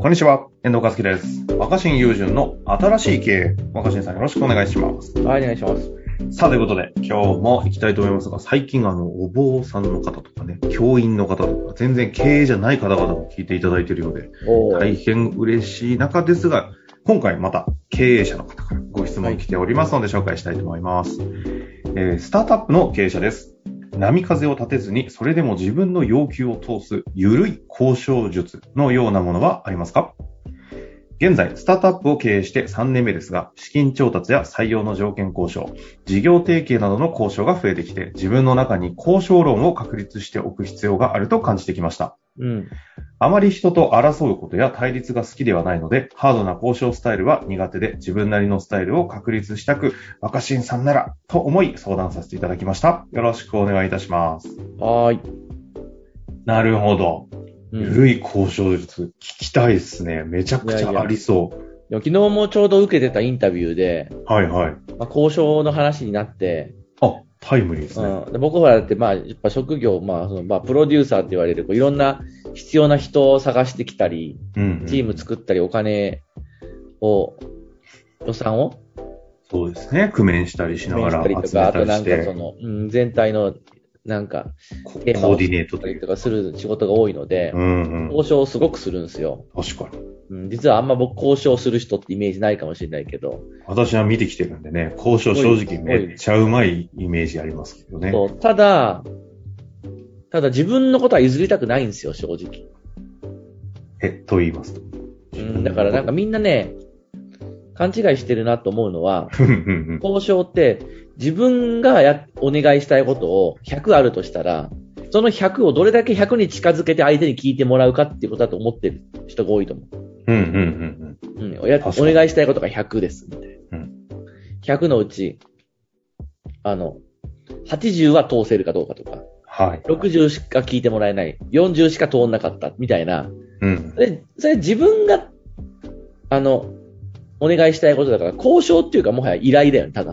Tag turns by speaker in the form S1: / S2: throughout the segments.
S1: こんにちは、遠藤和樹です。若新雄純の新しい経営。若新さんよろしくお願いします。
S2: はい、お願いします。
S1: さあ、ということで、今日も行きたいと思いますが、最近あの、お坊さんの方とかね、教員の方とか、全然経営じゃない方々も聞いていただいているようで、
S2: おー
S1: 大変嬉しい中ですが、今回また経営者の方からご質問来ておりますので紹介したいと思います。えースタートアップの経営者です。波風を立てずに、それでも自分の要求を通す、ゆるい交渉術のようなものはありますか現在、スタートアップを経営して3年目ですが、資金調達や採用の条件交渉、事業提携などの交渉が増えてきて、自分の中に交渉論を確立しておく必要があると感じてきました。
S2: うん。
S1: あまり人と争うことや対立が好きではないので、ハードな交渉スタイルは苦手で、自分なりのスタイルを確立したく、若新さんなら、と思い相談させていただきました。よろしくお願いいたします。
S2: はーい。
S1: なるほど。
S2: うん
S1: ゆ
S2: い
S1: るい交渉術、聞きたいですね。めちゃくちゃありそう。
S2: や昨日もちょうど受けてたインタビューで、
S1: はいはい。
S2: まあ、交渉の話になって、
S1: あ、タイムリーですね。
S2: うん、で僕はだって、まあ、やっぱ職業、まあ、そのまあ、プロデューサーって言われる、こういろんな必要な人を探してきたり、
S1: うん、
S2: チーム作ったり、お金を、予算を
S1: そうですね。工面したりしながら
S2: したりと
S1: 集
S2: か、
S1: め
S2: あ
S1: た
S2: と
S1: り
S2: な
S1: し
S2: んかそ
S1: て、
S2: の、うん、全体の、なんか、
S1: ココー
S2: テ
S1: デ
S2: ーマを
S1: ィネート
S2: と
S1: という
S2: か
S1: か。
S2: とかする仕事が多いので、
S1: うんうん。
S2: 交渉をすごくするんですよ。
S1: 確かに。
S2: うん、実はあんま僕交渉する人ってイメージないかもしれないけど、
S1: 私は見てきてるんでね、交渉正直めっちゃうまいイメージありますけどね。
S2: そうただ、ただ自分のことは譲りたくないんですよ、正直。
S1: え、と言いますと。
S2: うん、だからなんかみんなね、勘違いしてるなと思う のは、
S1: うんうん
S2: 交渉って自分がやお願いしたいことを100あるとしたら、その100をどれだけ100に近づけて相手に聞いてもらうかっていうことだと思ってる人が多いと思う。
S1: うんうんうん
S2: うん、おやお
S1: 確かに
S2: 願いしたいことが100です、みたいな。
S1: うん
S2: 100のうち、あの、80は通せるかどうかとか。
S1: はい。
S2: 60しか聞いてもらえない、40しか通んなかった、みたいな。
S1: うん。
S2: で、それ自分が、あの、お願いしたいことだから、交渉っていうかもはや依頼だよね、ただ。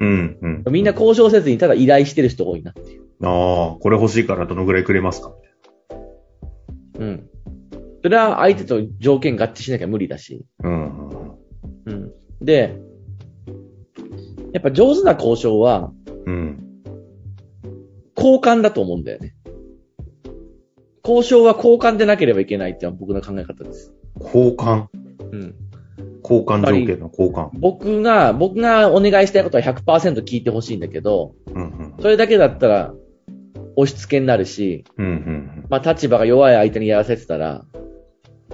S1: うんうん。
S2: みんな交渉せずにただ依頼してる人が多いな。
S1: ああ、これ欲しいからどのぐらいくれますか
S2: うん。それは相手と条件合致しなきゃ無理だし。
S1: うんうん
S2: うん。で、やっぱ上手な交渉は、
S1: うん。うん。
S2: 交換だと思うんだよね。交渉は交換でなければいけないっていうのは僕の考え方です。
S1: 交換。
S2: うん。
S1: 交換条件の交換。
S2: 僕が、僕がお願いしたいことは100%聞いてほしいんだけど、
S1: うんうん。
S2: それだけだったら押し付けになるし、
S1: うんうん
S2: まあ立場が弱い相手にやらせてたら、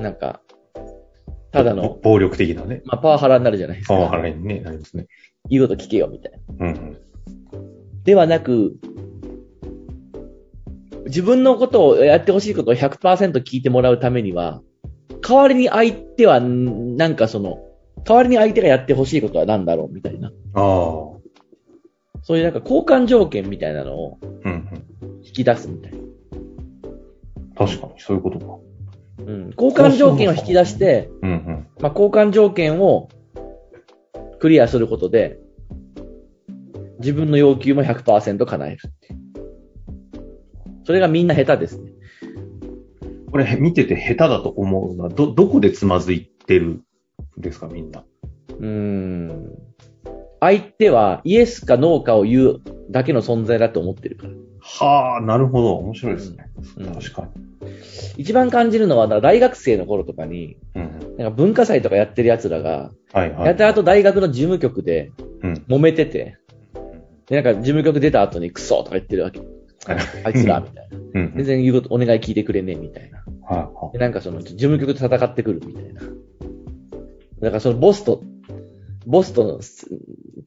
S2: なんか、ただ
S1: うん。ぼ
S2: の、
S1: 暴力的なね。
S2: まあパワハラになるじゃないです
S1: パ
S2: か。
S1: ワハラにねなりますね。
S2: 言うこと聞けよ、みたいな。
S1: うんうん。
S2: ではなく、自分のことをやってほしいことを100%聞いてもらうためには、代わりに相手は、んなんかその、代わりに相手がやってほしいことは何だろう、みたいな。
S1: ああ。
S2: そういうなんか交換条件みたいなのを
S1: うんうん。
S2: 引き出すみたいな。
S1: 確かに、そういうことか。
S2: うん、交換条件を引き出して、
S1: うんうん。
S2: まあ、交換条件をクリアすることで、自分の要求も100%叶えるっていう。それがみんな下手ですね。
S1: これ、見てて下手だと思うのは、ど、どこでつまずいてるんですか、みんな。
S2: うん。相手はイエスかノーかを言うだけの存在だと思ってるから。
S1: はあ、なるほど。面白いですね。
S2: うん
S1: 確かに。
S2: 一番感じるのは、だから大学生の頃とかに、
S1: うんうん。
S2: なんか文化祭とかやってる奴らが、
S1: はいはい。
S2: やたらと大学の事務局で
S1: うん。
S2: 揉めてて、で、なんか事務局出た後にクソとか言ってるわけ。あいつら、みたいな。
S1: うんうん。
S2: 全然言うこと、お願い聞いてくれねえ、みたいな。
S1: はいはい
S2: で、なんかその、事務局と戦ってくる、みたいな。だからそのボスと、ボスとのす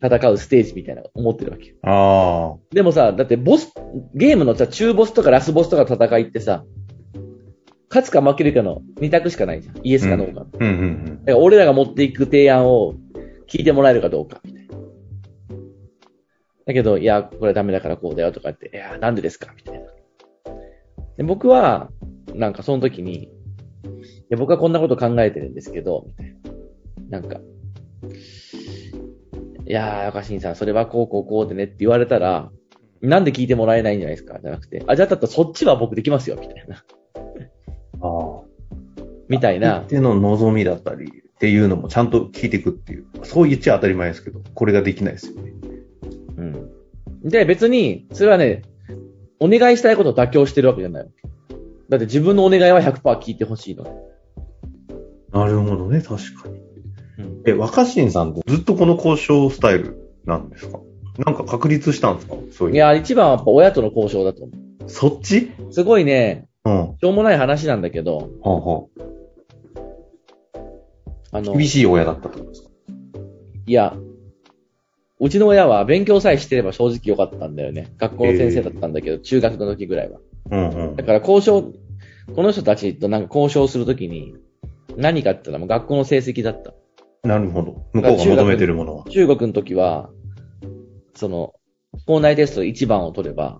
S2: 戦うステージみたいなの思ってるわけ。
S1: ああ、
S2: でもさ、だってボス、ゲームのさ、中ボスとかラスボスとかの戦いってさ、勝つか負けるかの二択しかないじゃん。イエスかノーか。だか
S1: うんうんうん。
S2: ら俺らが持っていく提案を聞いてもらえるかどうか、みたいな。だけど、いや、これはダメだからこうだよとかって、いや、なんでですかみたいな。で僕は、なんかその時に、いや僕はこんなこと考えてるんですけど、みたいな。なんか、いやー、若新さん、それはこうこうこうでねって言われたら、なんで聞いてもらえないんじゃないですかじゃなくて、あ、じゃあだったらそっちは僕できますよ、みたいな。
S1: ああ、
S2: みたいな
S1: 相、手の望みだったりっていうのもちゃんと聞いていくっていう。そう言っちゃ当たり前ですけど、これができないですよね。
S2: うん。で、別に、それはね、お願いしたいことを妥協してるわけじゃないわけ。だって自分のお願いは100%聞いてほしいので。
S1: なるほどね、確かに。え、若新さんってずっとこの交渉スタイルなんですかなんか確立したんですかそういう。
S2: い、や、一番はやっぱ親との交渉だと思
S1: そっち
S2: う。すごいね、
S1: うん。は
S2: しょうもない話なんだけど、
S1: あ、は
S2: あ
S1: あ、
S2: の、
S1: 厳しい親だったってことですか
S2: いや、うちの親は勉強さえしてれば正直良かったんだよね。学校の先生だったんだけど、中学の時ぐらいは。
S1: うんうん
S2: だ。から交渉、この人たちとなんか交渉するときに、何かって言ったらもう学校の成績だった。
S1: なるほど。向こうが求めてるものは。
S2: 中国の時は、その、校内テスト1番を取れば、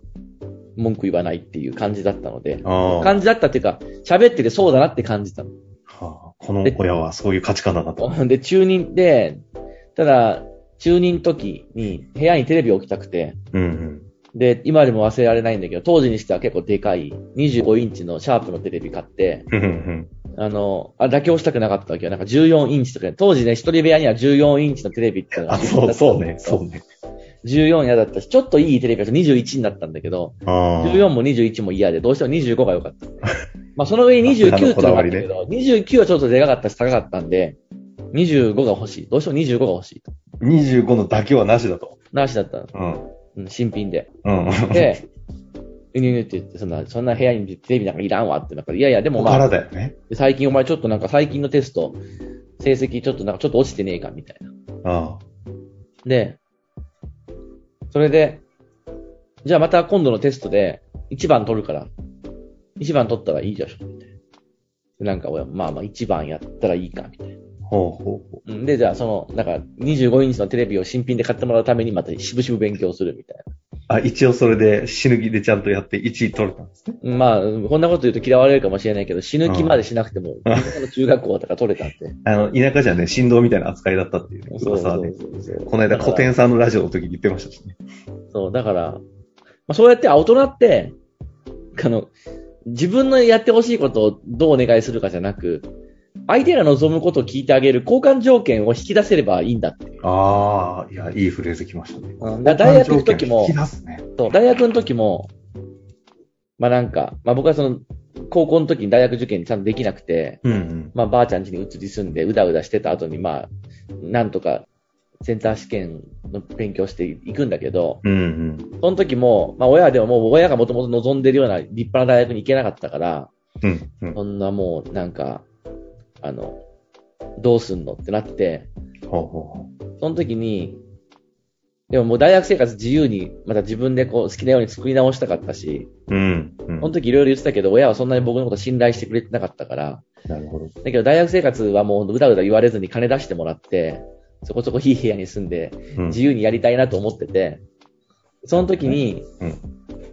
S2: 文句言わないっていう感じだったので、
S1: ああ、
S2: 感じだったっていうか、喋っててそうだなって感じたの。
S1: はあ。この親はそういう価値観だなと。
S2: で、中任で、ただ、中任時に部屋にテレビを置きたくて、
S1: うんうん。
S2: で、今でも忘れられないんだけど、当時にしては結構でかい25インチのシャープのテレビ買って、
S1: うんうん
S2: あの、あ妥協したくなかったわけよ。なんか14インチとか、当時ね、一人部屋には14インチのテレビっていうの
S1: あ、
S2: が
S1: そう、そうね、そうね。
S2: 14嫌だったし、ちょっといいテレビだと21になったんだけど、
S1: ああ。
S2: 14も21も嫌で、どうしても25が良か った。まあ、その上に29っていうのがあったけど、29はちょっとでかかったし、高かったんで、25が欲しい。どうしても25が欲しいと。
S1: 25の妥協はなしだと。
S2: なしだったの。
S1: うん。
S2: うん、新品で。
S1: うん。
S2: で、 うにゅうにゅって言って、そんな、そんな部屋にテレビなんかいらんわって、なんか、いやいや、でも
S1: お
S2: ま
S1: から
S2: あ、
S1: だよね。
S2: 最近お前ちょっとなんか最近のテスト、成績ちょっとなんかちょっと落ちてねえか、みたいな。
S1: あ
S2: で、それで、じゃあまた今度のテストで1番取るから、1番取ったらいいじゃん、みたいな。でなんか親も、まあまあ1番やったらいいか、みたいな
S1: あ。ほうほうほ。
S2: うんで、じゃあその、なんか25インチのテレビを新品で買ってもらうためにまたしぶしぶ勉強するみたいな。
S1: う。あ、一応それで死ぬ気でちゃんとやって1位取れたんですね。
S2: まあ、こんなこと言うと嫌われるかもしれないけど、死ぬ気までしなくても、みんなの中学校とか取れたって。
S1: あの、田舎じゃね、振動みたいな扱いだったっていうね噂で。
S2: そう
S1: この間、
S2: だから
S1: 古典さんのラジオの時に言ってましたしね。
S2: そう、だから、まあ、そうやって、あ大人って、あの、自分のやってほしいことをどうお願いするかじゃなく、相手が望むことを聞いてあげる交換条件を引き出せればいいんだって。
S1: ああ、いや、いいフレーズきましたね。
S2: だから大学の時も
S1: 引き、出すね。
S2: そう大学の時も、まあなんか、まあ僕はその、高校の時に大学受験ちゃんとできなくて、
S1: うんうん。
S2: まあ、ばあちゃん家に移り住んで、うだうだしてた後に、まあ、なんとか、センター試験の勉強していくんだけど、
S1: うんうん。
S2: その時も、まあ、親でももう、親がもともと望んでるような立派な大学に行けなかったから、
S1: うんうん。
S2: そんなもう、なんか、あの、どうすんのってなって、
S1: ほうほ
S2: その時に、でももう大学生活自由に、また自分でこう好きなように作り直したかったし、
S1: う。うん。うん
S2: その時いろいろ言ってたけど、親はそんなに僕のこと信頼してくれてなかったから、
S1: なるほど。
S2: だけど大学生活はもううだうだ言われずに金出してもらって、そこそこいい部屋に住んで、
S1: うん
S2: 自由にやりたいなと思ってて、その時に、
S1: うん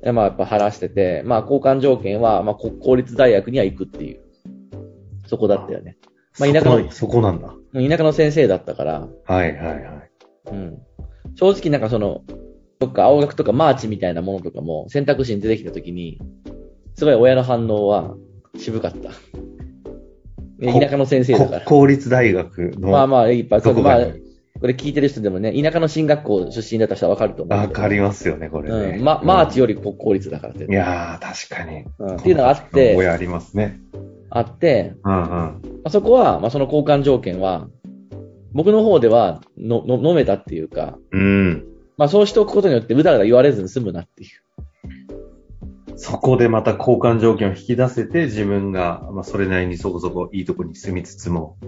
S2: えまあやっぱ話してて、まあ交換条件は、まあこ公立大学には行くっていう、そこだったよね。まあ田舎の
S1: そこそこなんだ。
S2: もう田舎の先生だったから、
S1: はいはいはい。
S2: うん。正直なんかその、どっか青学とかマーチみたいなものとかも選択肢に出てきた時に、すごい親の反応は渋かった。ね田舎の先生だから
S1: こ。公立大学の。
S2: まあまあ、いっぱい。
S1: どこ
S2: ま
S1: か
S2: あ
S1: に、
S2: これ聞いてる人でもね、田舎の進学校出身だった人はわかると思う。
S1: わかりますよね、これね。
S2: うん。ま、マーチより国公立だからって
S1: うん。い。やー、確かに。
S2: うんっていうのがあって、
S1: 親ありますね。
S2: あって、
S1: うんうん。
S2: まあ、そこは、まあ、その交換条件は、僕の方では、の、の、飲めたっていうか、
S1: うん。
S2: まあ、そうしておくことによって、うだうだ言われずに済むなっていう。
S1: そこでまた交換条件を引き出せて、自分が、まあ、それなりにそこそこいいとこに住みつつも、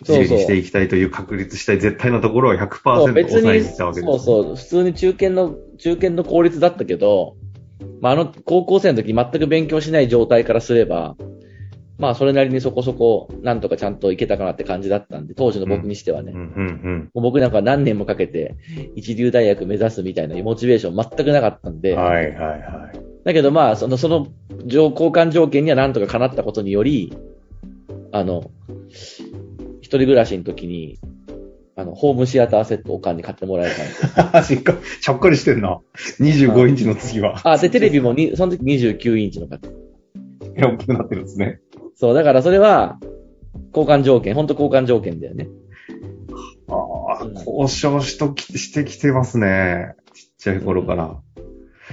S1: 自
S2: そうそう
S1: 由にしていきたいという確立したい絶対なところを100%
S2: そう、
S1: 抑えにしたわけです、
S2: そうそう、普通に中堅の、中堅の公立だったけど、まあ、あの、高校生の時全く勉強しない状態からすれば、まあ、それなりにそこそこ、なんとかちゃんといけたかなって感じだったんで、当時の僕にしてはね。
S1: うんうん
S2: もう僕なんか何年もかけて、一流大学目指すみたいなモチベーション全くなかったん
S1: うん。
S2: で、
S1: はいはいはい。
S2: だけどまあ、その、その、条交換条件にはなんとか叶ったことにより、あの、一人暮らしの時に、あの、ホームシアターセットをおかんに買ってもらえた んで
S1: しっかり、ちゃっかりしてんな。25インチの次は。
S2: あ、で、テレビもに、その時29インチの方。
S1: 大きくなってるんですね。
S2: そう、だからそれは、交換条件、本当交換条件だよね。
S1: ああ
S2: うん、
S1: 交渉しとき、してきてますね。ちっちゃい頃から。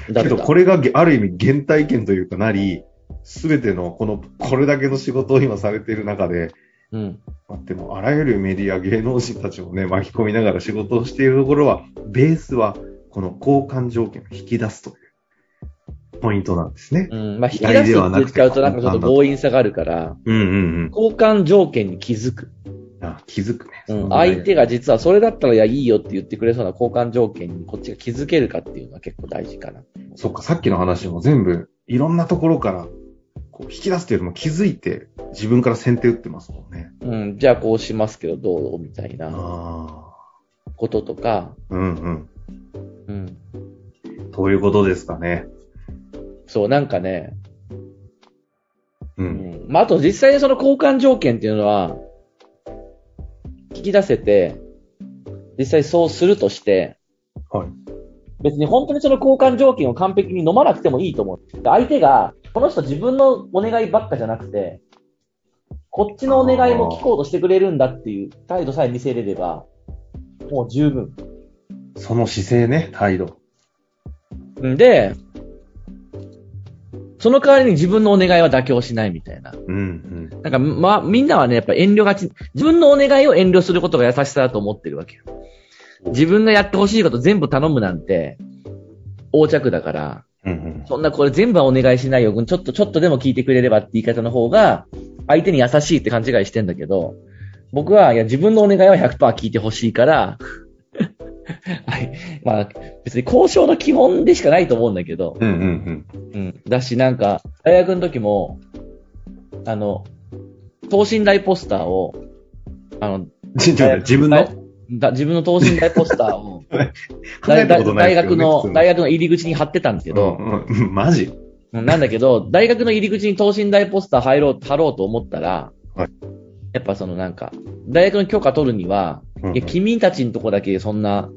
S2: だっ
S1: け
S2: た
S1: ど、これがげある意味原体験というかなり、すべてのこの、これだけの仕事を今されている中で、
S2: うん。
S1: まあ、でもあらゆるメディア、芸能人たちをね、巻き込みながら仕事をしているところは、ベースはこの交換条件を引き出すというポイントなんですね。
S2: うん。まあ、引き出すって使うとなんかちょっと強引さがあるから、
S1: うんうん
S2: 交換条件に気づく。
S1: うん。あ気づくね。
S2: うん。相手
S1: が。
S2: が実はそれだったらいや、いいよって言ってくれそうな交換条件にこっちが気づけるかっていうのは結構大事かな。
S1: そっか、さっきの話も全部、いろんなところから、こう、引き出すというよりも気づいて、自分から先手打ってますもんね。
S2: うん。じゃあこうしますけどどうみたいな
S1: ああ。
S2: こととか、
S1: うんうん。
S2: うん。
S1: ということですかね。
S2: そう、なんかね、
S1: う。
S2: うんん。まあ、あと実際にその交換条件っていうのは、聞き出せて、実際そうするとして、
S1: はい。
S2: 別に本当にその交換条件を完璧に飲まなくてもいいと思う。相手が、この人自分のお願いばっかじゃなくて、こっちのお願いも聞こうとしてくれるんだっていう態度さえ見せれれば、もう十分。
S1: その姿勢ね、態度。
S2: んで、その代わりに自分のお願いは妥協しないみたいな。
S1: うん
S2: なんか、まあ、みんなはね、やっぱ遠慮がち、自分のお願いを遠慮することが優しさだと思ってるわけよ。自分がやってほしいこと全部頼むなんて、横着だから、
S1: うん。うんうん。
S2: そんなこれ全部はお願いしないよ。ちょっと、ちょっとでも聞いてくれればって言い方の方が、相手に優しいって勘違いしてんだけど、僕は、いや、自分のお願いは100%聞いてほしいから、 はい。まあ、別に交渉の基本でしかないと思うんだけど、
S1: うんうんうん。
S2: うん。だし、なんか、大学の時も、あの、等身大ポスターを、あの、
S1: ちょっと待って自分の
S2: 大だ自分の等身大ポスタ ーを
S1: 考えたことない
S2: 大
S1: ですけ
S2: 学
S1: どね
S2: の、大
S1: 普
S2: 学の入り口に貼ってたんですけ
S1: 通
S2: ど、
S1: のうんうん、マジ
S2: うんなんだけど、大学の入り口に等身大ポスター入ろう、貼ろうと思ったら、
S1: はい
S2: やっぱそのなんか、大学の許可取るには、
S1: うん
S2: いや、君たちのとこだけそんな、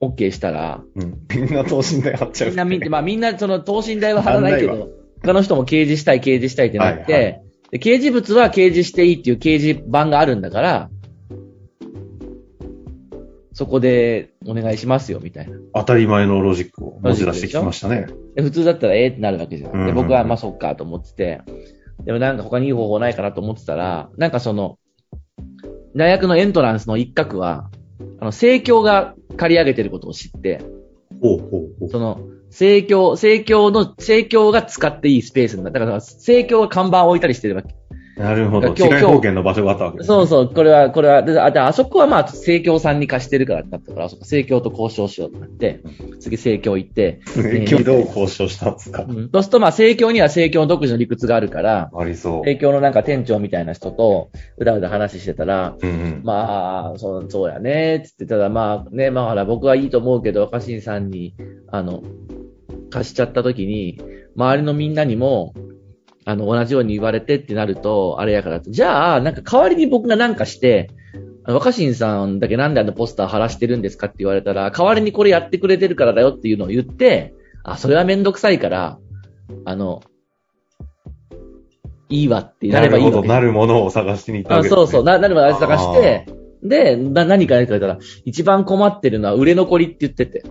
S2: OK したら、
S1: うんみんな等身大貼っちゃう。
S2: みんなみ、まあみんなその等身大は貼らないけ
S1: 貼んな
S2: ど、他の人も掲示したい、掲示したいってなって、
S1: はいは
S2: で掲示物は掲示していいっていう掲示板があるんだから、そこでお願いしますよ、みたいな。
S1: 当たり前のロジックを持ち出してきましたね。
S2: で普通だったらええってなるわけじゃん。
S1: うんうん
S2: で、
S1: うん
S2: 僕はまあそっかと思ってて、でもなんか他にいい方法ないかなと思ってたら、なんかその、大学のエントランスの一角は、あの、生協が借り上げてることを知って、
S1: ほうほうほ
S2: その、生協、生協の、生協が使っていいスペースになだから、生協が看板を置いたりしてるわけ。
S1: う。なるほど。
S2: 今日
S1: 機械貢献の場所があったわけですね。
S2: そうそう、これは、これは、であであそこはまあ、生協さんに貸してるからだったから、あそこ生協と交渉しようってなって、次生協行って、
S1: ね今日どう交渉したんですか
S2: うんそうするとまあ、生協には生協の独自の理屈があるから、
S1: ありそう。
S2: 提供のなんか店長みたいな人と、うだうだ話してたら、
S1: うんうん。
S2: まあ、そう、そうやね、つって、ただまあね、まあほら、僕はいいと思うけど、若新さんに、あの、貸しちゃった時に、周りのみんなにも、あの、同じように言われてってなると、あれやから、じゃあ、なんか代わりに僕がなんかして、あの若新さんだけなんであのポスター貼らしてるんですかって言われたら、代わりにこれやってくれてるからだよっていうのを言って、あ、それはめんどくさいから、あの、いいわってな
S1: な
S2: れば
S1: る
S2: いいわ
S1: ほ
S2: け
S1: ど、なるものを探しに行ったわ
S2: あ
S1: けですね
S2: そうそう、な、なるまで探して、で、な、何かやって言われたら、一番困ってるのは売れ残りって言ってて。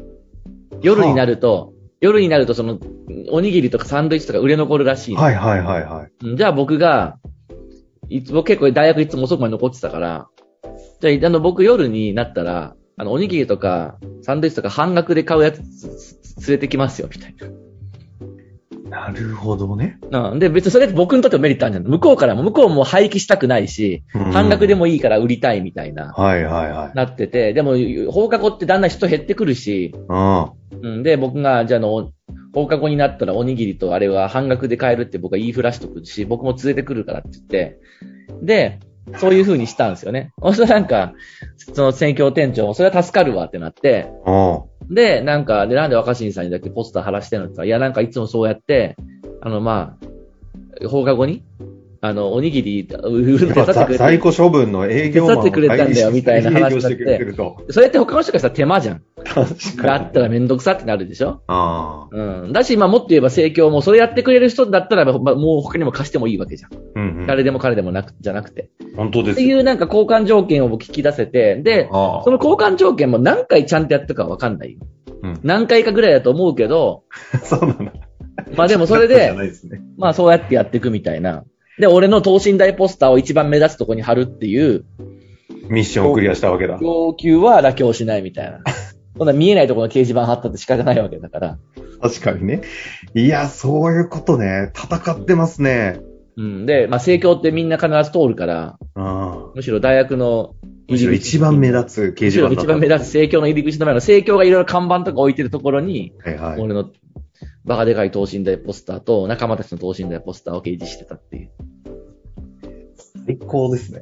S2: 夜になると、夜になるとその、おにぎりとかサンドイッチとか売れ残るらしいの。
S1: はいはいはいはい。
S2: うんじゃあ僕が、いつも結構大学いつも遅くまで残ってたから、じゃあ、あの、僕夜になったら、あの、おにぎりとか、サンドイッチとか半額で買うやつ、つ連れてきますよ、みたい
S1: なるほどね。
S2: な。うん。で、別にそれって僕にとってもメリットあるんじゃん。向こうからも、向こうも廃棄したくないし、
S1: うん
S2: 半額でもいいから売りたいみたいな。
S1: はいはいはい。
S2: なってて、でも放課後ってだんだん人減ってくるし、
S1: うん。
S2: うん、で、僕が、じゃああの、放課後になったらおにぎりとあれは半額で買えるって僕は言いふらしとくし、僕も連れてくるからって言って、で、そういう風にしたんですよね。 そしたらなんか、その選挙店長も、それは助かるわってなって、
S1: うん。
S2: で、なんか、で、なんで若新さんにだけポスター貼らしてんのって言ったらいや、なんかいつもそうやって、あの、まあ、放課後に、あの、おにぎり、うう手伝って
S1: やっ
S2: く
S1: ぱ
S2: れて
S1: 在庫処分の営業マンを
S2: 手伝ってくれたんだよみたいな話
S1: 営業してくれてると。
S2: それって他の人からしたら手間じゃん。
S1: 確
S2: だ
S1: か
S2: っ
S1: に。
S2: たらめんどくさってなるでしょ
S1: ああ。
S2: うん。だし、まあもっと言えば政教もそれやってくれる人だったら、まあもう他にも貸してもいいわけじゃん。
S1: うん、う
S2: 誰でも彼でもなく、じゃなくて。
S1: ん。本当で
S2: って
S1: すよ。
S2: いうなんか交換条件を聞き出せて、で、
S1: ああ
S2: その交換条件も何回ちゃんとやったかわかんないよ。
S1: うん
S2: 何回かぐらいだと思う けど、
S1: そうなんだ。
S2: まあでもそれ
S1: じゃ
S2: で、
S1: ないですね。
S2: まあそうやってやっていくみたいな。で、俺の等身大ポスターを一番目立つとこに貼るっていう、
S1: ミッションをクリアしたわけだ。
S2: 要求は妥協しないみ たいな。そんな見えないところの掲示板貼ったって仕方ないわけだから。
S1: 確かにね。いや、そういうことね。戦ってますね。
S2: うん。で、まあ政教ってみんな必ず通るから、
S1: うん。
S2: むしろ大学の
S1: むしろ一番目立つ掲
S2: むし
S1: 示
S2: ろ
S1: 板だ
S2: 一番目
S1: 立
S2: 立つ政教の入り口の前の政教がいろいろ看板とか置いてるところに、
S1: つ。はいはい。
S2: 俺のバカでかい等身大ポスターと仲間たちの等身大ポスターを掲示してたっていう。
S1: 最高ですね。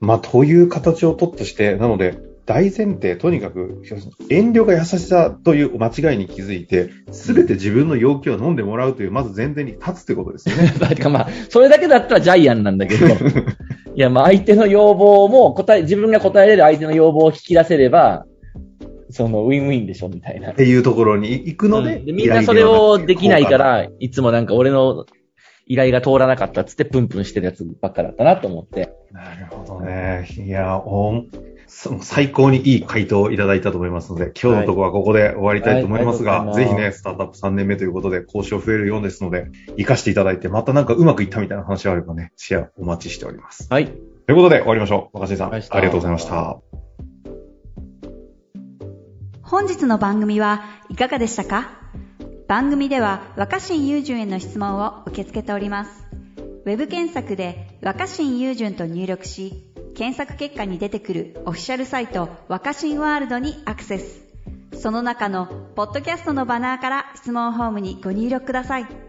S1: まあ、という形をとってして、なので、大前提、とにかく、遠慮が優しさという間違いに気づいて、すべて自分の要求を飲んでもらうという、まず前提に立つということですよね。
S2: なんかまあ、それだけだったらジャイアンなんだ けど、いやまあ相手の要望も答え、自分が答えれる相手の要望を引き出せれば、そのウィンウィンでしょみたいな
S1: っ。ていうところに行くので、
S2: うんみんなそれをできないか
S1: 依頼料が
S2: ら、いつもなんか俺の依頼が通らなかったっつってプンプンしてるやつばっかだったなと思って。
S1: なるほどね。いや、おんその最高にいい回答をいただいたと思いますので、今日のところはここで終わりたいと思いますが、
S2: はいはい
S1: ぜひね、スタートアップ3年目ということで、交渉増えるようですので、活かしていただいて、またなんかうまくいったみたいな話があればね、シェアお待ちしております。
S2: はい。
S1: ということで終わりましょう。若新さん、あ
S2: わか
S1: りがとうご
S2: りました
S1: ざいました。
S3: 本日の番組はいかがでしたか番組では若新雄純への質問を受け付けております。ウェブ検索で若新雄純と入力し、検索結果に出てくるオフィシャルサイト若新ワールドにアクセス。その中のポッドキャストのバナーから質問フォームにご入力ください。